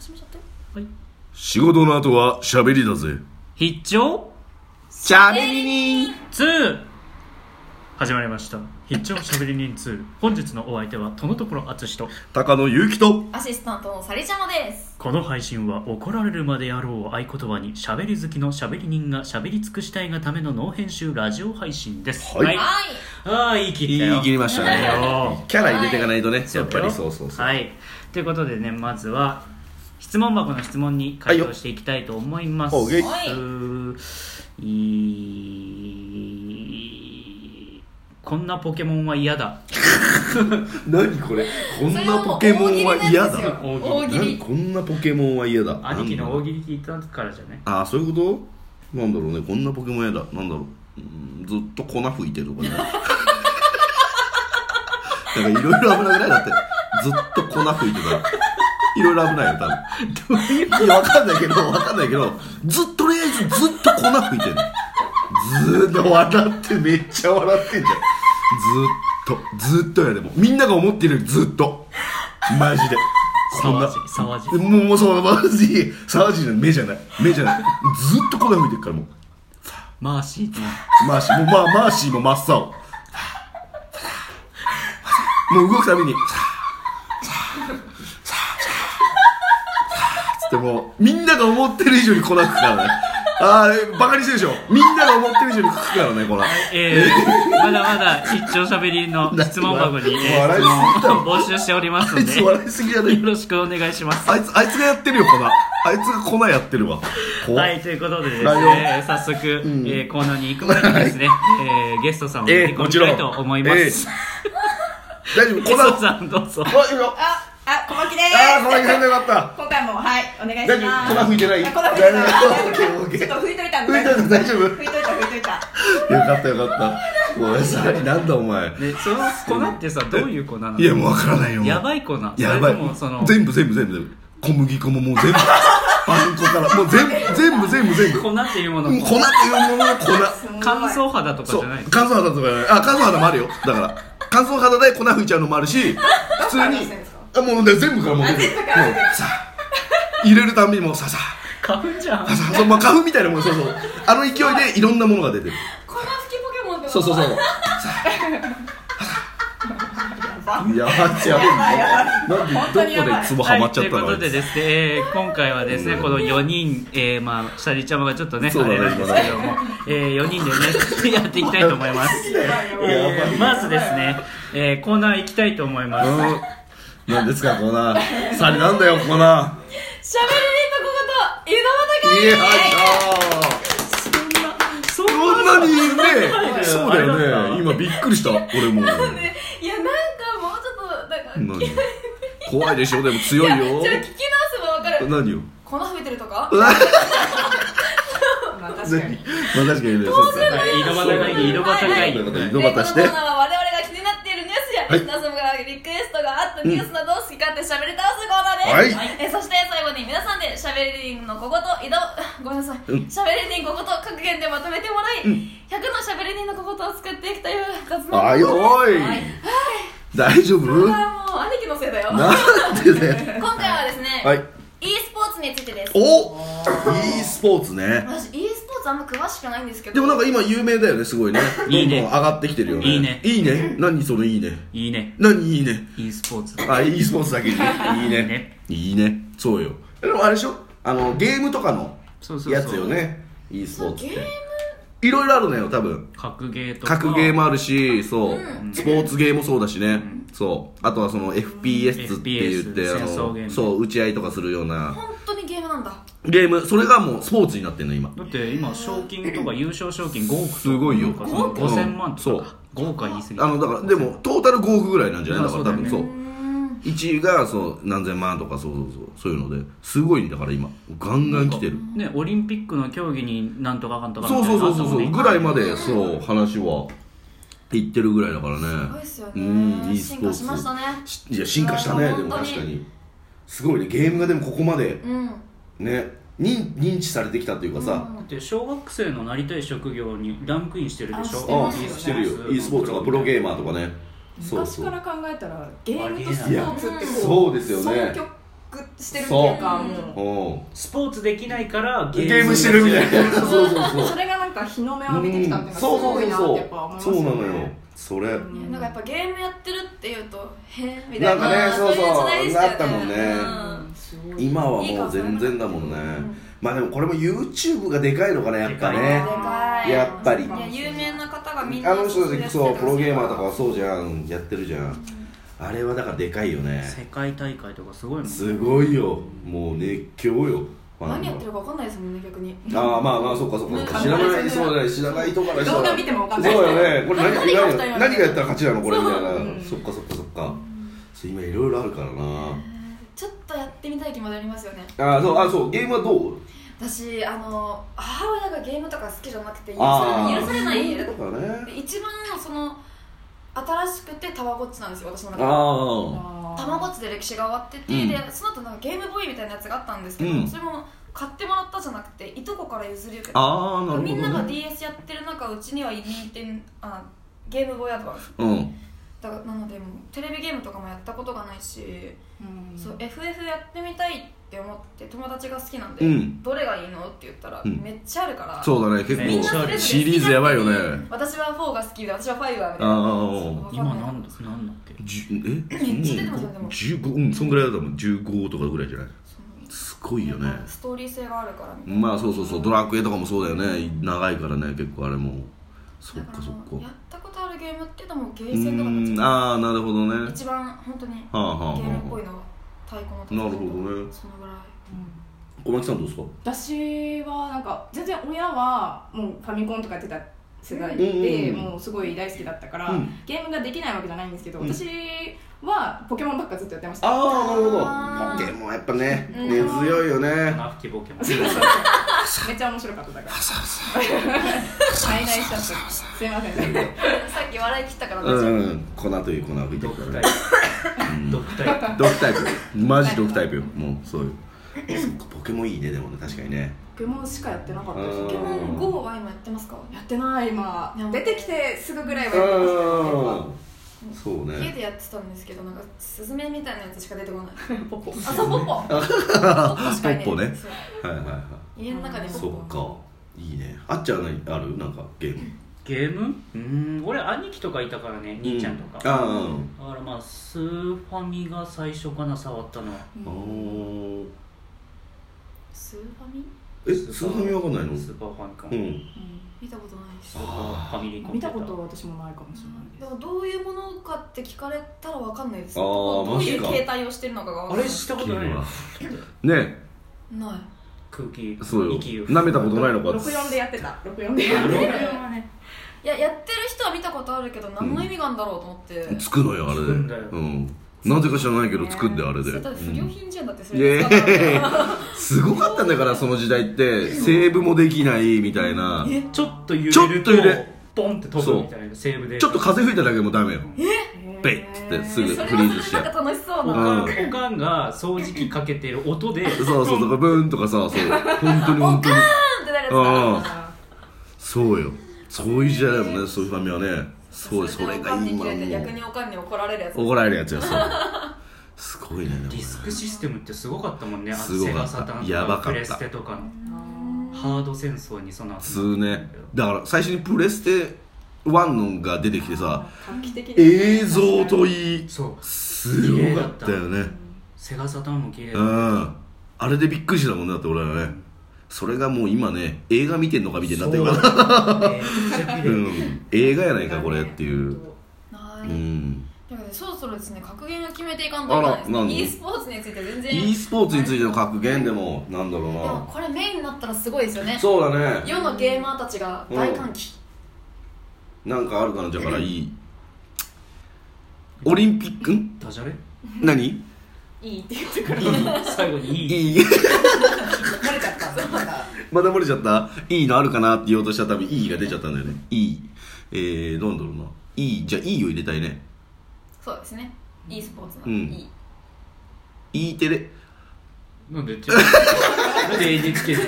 しましょって仕事の後は喋りだぜ必聴しゃべりに2始まりました必聴しゃべり人2本日のお相手はとのところ淳と高野ゆうきとアシスタントのさりちゃまですこの配信は怒られるまでやろうを合言葉にしゃべり好きのしゃべり人がしゃべり尽くしたいがためのノー編集ラジオ配信ですはいはいああいい切りだよ言い切りましたねよキャラ入れていかないとねそうやっよぱりそうそうそうはいということでねまずは質問箱の質問に回答していきたいと思います、はいよほうげいうーいーこんなポケモンは嫌だ何これこんそれはなもうポケモンは嫌だ大喜何利こんなポケモンは嫌だ兄貴のなんだろ大う喜利聞いたからじゃねああそういうことなんだろうねこんなポケモン嫌だなんだろううんずっと粉吹いてるとかね なんかいろいろ危なくないだってずっと粉吹いてたらいろいろ危ないよ多分どういういや、わかんないけど、わかんないけど、ずっと、とりあえずずっと粉吹いてるずーっと笑って、めっちゃ笑ってんじゃん。ずーっと、ずーっとやでも。みんなが思ってるよりずっと。マジで。こんな騒じ騒じもう、もう、そう、マジ。騒じの目じゃない。目じゃない。ずーっと粉吹いてるから、もう。マーシーってマーシー、もう、まあ、マーシーも真っ青。もう動くたびに、つってもう、みんなが思ってる以上に粉吹くからね。ああ、バカにしてるでしょ。みんなが思ってる以上に吹くからね、粉。えー、まだまだ一丁しゃべりの質問箱に、えー、笑い質すぎだろ問を募集しておりますあのいつでよ笑いすぎじゃないろしくお願いしますあいつ、あいつがやってるよ、粉。あいつが粉やってるわ。こうはい、ということでですねライオン、えー早速、えーコーナーに行く前にですね、えーゲストさんを呼びええ込みたいと思います。もち大丈ゲ夫、粉。ストあ、さんどうぞ。いいよ。ああ、あ、小牧であ、粉吹いてすなかった。今回もはい、お願い大し丈ます夫、粉吹いてない。あ粉吹いてない大丈夫オッケ ーオッケーちょっと拭いといたんで吹いてる大丈夫拭いといた、拭いといたよかったよかった。ごめんなさい。なんだお前。で、その粉ってさ、どういう粉なのいや、もうわからないよ。やばい。い粉。やばそれいとも、その、全部全部全部全部。小麦粉ももう全部。パン粉から。もう全部、全部全部全部。粉粉っていうものっていも、うものの粉。すごい乾燥肌とかじそゃないのう。乾燥肌とかじゃない。あ、乾燥肌もあるよ。だから。乾燥肌で粉吹いちゃうのもあるし、普通どっから出しにてんですか。あ、もうね全部からもう全部。全部からもうさあ、入れるたんびにもうさあさあ。花粉じゃん。さあそうまあ、花粉みたいなもんそうそうあの勢いでいろんなものが出てる粉吹きポケモンってことそうそうそうやさばあいややべえなんで本当にやばいどこでツボハマっちゃはい、とったいうことのでですね、えー今回はですね、この4人、えー、まあ、シャリちゃまがちょっとね、そうあだねれなんですけども、えー、4人でね、や っていきたいと思います。えーまずですね、えー、コーナー行きたいと思います。うんなんですかコーナーさあなんだよコーナしゃーべり人ここと、い湯やの高いそこんなにねそそんうなだに入るよね今びっくりした俺もいや、なんかもうちょっと、なんか何怖いでしょでも強いよじゃあ聞き直せばわかる何よ粉吹いてるとかうわまあ確何かにまあ確かにねそうだね井戸端会議、井戸端会議。そうだね井で戸このコ端してーナーは我々が気になっているニュースや、はい皆様がリクエストがあったニュースなどを好き勝手しゃべり倒すコーナーです、はいえそして最後に皆さんでしゃべり人のここと井戸 ごめんなさい、うんしゃべり人ここと各言でまとめてもらい、100のしゃべり人のこことを作っていくという活動あいおいはい大丈夫これはもう兄貴のせいだよ今なんで ね回はですね、はい e スポーツについてですお e スポーツね私 e スポーツあんま詳しくないんですけどでもなんか今有名だよねすごいねどんどいいんね上がってきてるよねいいねいいね何そのいいねいいね。何いいね e スポーツ。あ e スポーツだけにねいい いいねねいいねそうよでもあれでしょあのゲームとかのそうそうそう。やつよ。ね e スポーツっゲーていろいろあるのよ多分格ゲーとか。格ゲーもあるしそううスポーツゲーもそうだしねそうあとはその FPS って言って FPS 戦あ争ゲームのそう打ち合いとかするような本当にゲームなんだゲームそれがもうスポーツになってんの今だって今、賞金とか優勝賞金5億とか。すごいよなんかその5億5000万とかそか。5億は言い過ぎあのだからでもトータル5億ぐらいなんじゃないまだあから多分そそうだうようーん1位がそう何千万とかそうそうそうそういうのですごいんだから今ガンガン来てるね、オリンピックの競技になんとかかんとかみたそいうなそうそうそうそうぐらいまででそう話は言ってるぐらいだからすごいねですようんね e ス進ポー化ツしましたねしいや進化したねで本も当に確かにすごいねゲームがでもここまでうんね認認知されてきたというかさで小学生のなりたい職業にランクインしてるでしあょあまあすよねしてるよ e スポーツとかプロゲーマーとかねそう昔そからう考えたらゲームとスポーツってこうそうですよね双極くしてるっていうかそうもううんスポーツできないからゲームしてるみたいなそうそうそうそれがなんか日の目を浴びてきたっていうのがすそうそごういなってそやっぱ思いうますそようねなのよそれうんなんかやっぱゲームやってるっていうとへえみなたいんなかねそうそうい時代でしたよなうんすごい今はもう全然だもんねんまあでもこれも YouTube がでかいのかなやっぱでねかいやっぱりいや有名な方がみんなあの人たちそうプロゲーマーとかははそうじゃんやってるじゃんあれはだからでかいよね世界大会とかすごいもんすごいよもう熱狂よファンは何やってるか分かんないですもんね逆にああまあまあそうかそうかそうかうん知ら考えちゃなういねそうだね知らない人からしたら動画見てもわかんないそうよねこれ何何が起きた何よ何がやったら勝ちなのこれみたいうんなそっかそっかそっかそう今いろいろあるからなちょっとやってみたい気もなりますよねあーそうあそうゲームはどう私あの母親がゲームとか好きじゃなくて許さあーれない許されないそうだね一番その新しくてたまごっちなんですよ私の中でああたまごっちで歴史が終わってて、うんでその後なんかゲームボーイみたいなやつがあったんですけど、うんそれも買ってもらったじゃなくていとこから譲り受けたああなるほどねみんなが DS やってる中うちには任天あゲームボーイアドバンスうんだからなのでもうテレビゲームとかもやったことがないし、うんそう FF やってみたいって思って友達が好きなんで、うんどれがいいのって言ったら、うんめっちゃあるからそうだねみん結なそれぞ構れシリーズやばいよね私は4が好きで私は5がみたいなああそうわかんない今なんだなんだっけじゅえめっちゃ出てますよでも15うんそんぐらいだと思う15とかぐらいじゃないそうすごいよねストーリー性があるからみたいなまあそうそうそうドラクエとかもそうだよね長いからね結構あれもそっだかからそっやかったことあるゲームってでもゲうーセンとかになっーちんゃああなるほどねう一番本当にはあはあゲームっぽはいのは太鼓の達な人るほどねそのぐらいあ小牧さんどうですか私はなんか全然親はもうファミコンとかやってた世代うんでうんうんもうすごい大好きだったから、うんゲームができないわけじゃないんですけど、うん私はポケモンばっかずっとやってましたああなるあほーどポケモンやっぱねうん根強いよねナフキボケモンそうそうそうめっちゃ面白かっただから 最大しちゃったすいません さっき笑い切ったからう私んうん粉という粉を吹いてドるかクらタねイドクタイ毒タイプマジ毒タイプよもうそういうそっかポケモンいいねでもね確かにねポケモンしかやってなかったですうんポケモン GO は今やってますかやってない今でも出てきてすぐぐらいはやってまうんそう家ねでやってたんですけどなんかスズメみたいなやつしか出てこない すけどポポあそうポッポポッポしかいないポッポねそうはいはいはい家の中でポッそっかいいねあっちゃんは何あるなんかゲームゲームうーん俺兄貴とかいたからね兄ちゃんとか、あだあうんからまあスーファミが最初かな触ったのはおースーファミえスーファミわかんないのスーパーファミコン、うん見たことないですスーパーファミリーコン見ピュたータこーと私もないかもしでれないもどういうものかって聞かれたらわかんないですあーどういうマジか携帯をしてるのかがわかあんなれい知ったことないのねない空気そうよ息を舐めたことないのかです64でやってた64でやあってれたはねいややってる人は見たことあるけど何の意味があるんだろうと思って、つくのよあれつでくんだようんなぜか知らないけどつくんであれでそだって不良品じゃんだってそいやいやれ使ったいやいらやすごかったんだからその時代ってセーブもできないみたいなえちょっと揺れるちとょっと揺れポンって飛ぶみたいなセーブでちょっと風吹いただけでもダメよえベイっつってすぐそれはフリーズしそてれでなんか楽しそうおな、うんかんおかんが掃除機かけてる音でそうそうとかブーンとかさそう本当に本当になんてなるやつうんあそうよそういう時代だもんねそういうファミはねそうそでれおがかんに今切れても逆うにおかんに怒られるやつ怒られるやつよそうすごいねディスクシステムってすごかったもんねあのすごかったセガサタンやとばかかったプレステとかのハード戦争にその後普通ねだから最初にプレステ1のが出てきてさ画期的映像といいそうすごかったよねセガサタンも綺麗うだんあれでびっくりしたもんねだって俺はねそれがもう今ね映画見てんのかみたいになってるからそうめっちゃ綺う麗ん映画やないかこれっていうなうい、んだからねそろそろですね格言を決めていかんといけないですあらなんねで e スポーツについて全然 e スポーツについての格言でもなんだろうでもなこれメインになったらすごいですよねそうだね世のゲーマーたちが大歓喜、なんかあるかなだからいいオリンピックんダジャレ何いいいって言ってから最後にいいい慣れちゃったなんか まだ漏れちゃったいいのあるかなって言おうとしたら多分いいが出ちゃったんだよねいいえー、なんだろうないいじゃあいいを入れたいねそうですね e スポーツの、うんいいいいテレなんでなんで NHK で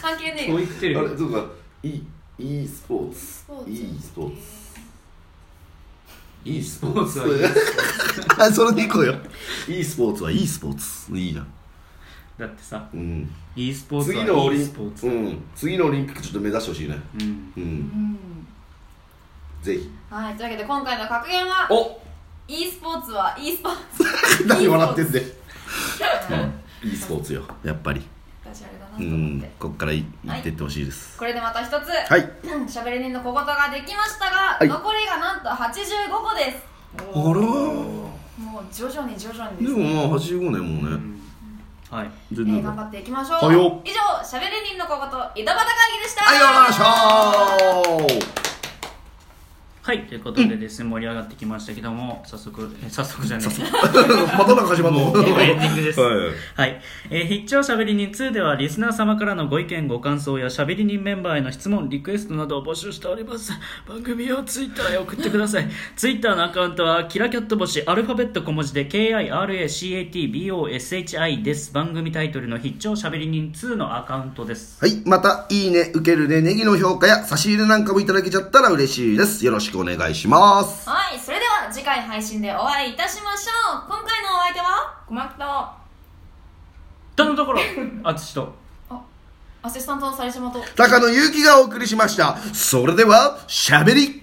関係ねえ教よ育テレ ビそうかいいいいスポーツスポーツスポーツいいススポーツはいい あそれでいこうよいいスポーツはいいスポーツいいじゃんだってさうん、 e スポーツ次のオは e リンスポーツ、うん、次のオリンピックちょっと目指してほしいねうん、うんうんぜひはいというわけで今回の格言はお e スポーツは e スポー ツ何笑ってんではいいいスポーツよやっぱりダジャレだなうと思っんてこっからいいってってほしいですこれでまた一つはいしゃべり人の小言ができましたが、い残りがなんと85個ですあらーもう徐々に徐々にでですもねまあ85年もうねんはいえ全ー然頑はい張っていきましょう、はいよ以上しゃべり人の小言井戸端会議でしたありがとうございましたはいということでですね、盛り上がってきましたけども早速え早速じゃない またなんか始まるのもうエンディングですはいはい、えー、必聴しゃべり人2ではリスナー様からのご意見ご感想やしゃべり人メンバーへの質問リクエストなどを募集しております番組をツイッターへ送ってくださいツイッターのアカウントはキラキャット星アルファベット小文字で KIRACATBOSHI です番組タイトルの必聴しゃべり人2のアカウントですはい。また、いいね、受けるね、ネギの評価や差し入れなんかもいただけちゃったら嬉しいです。よろしくお願いします。はいそれでは次回配信でお会いいたしましょう今回のお相手は困ったとのところあつしとアシスタントのさりしまと高野ゆうきがお送りしました。それでは、しゃべり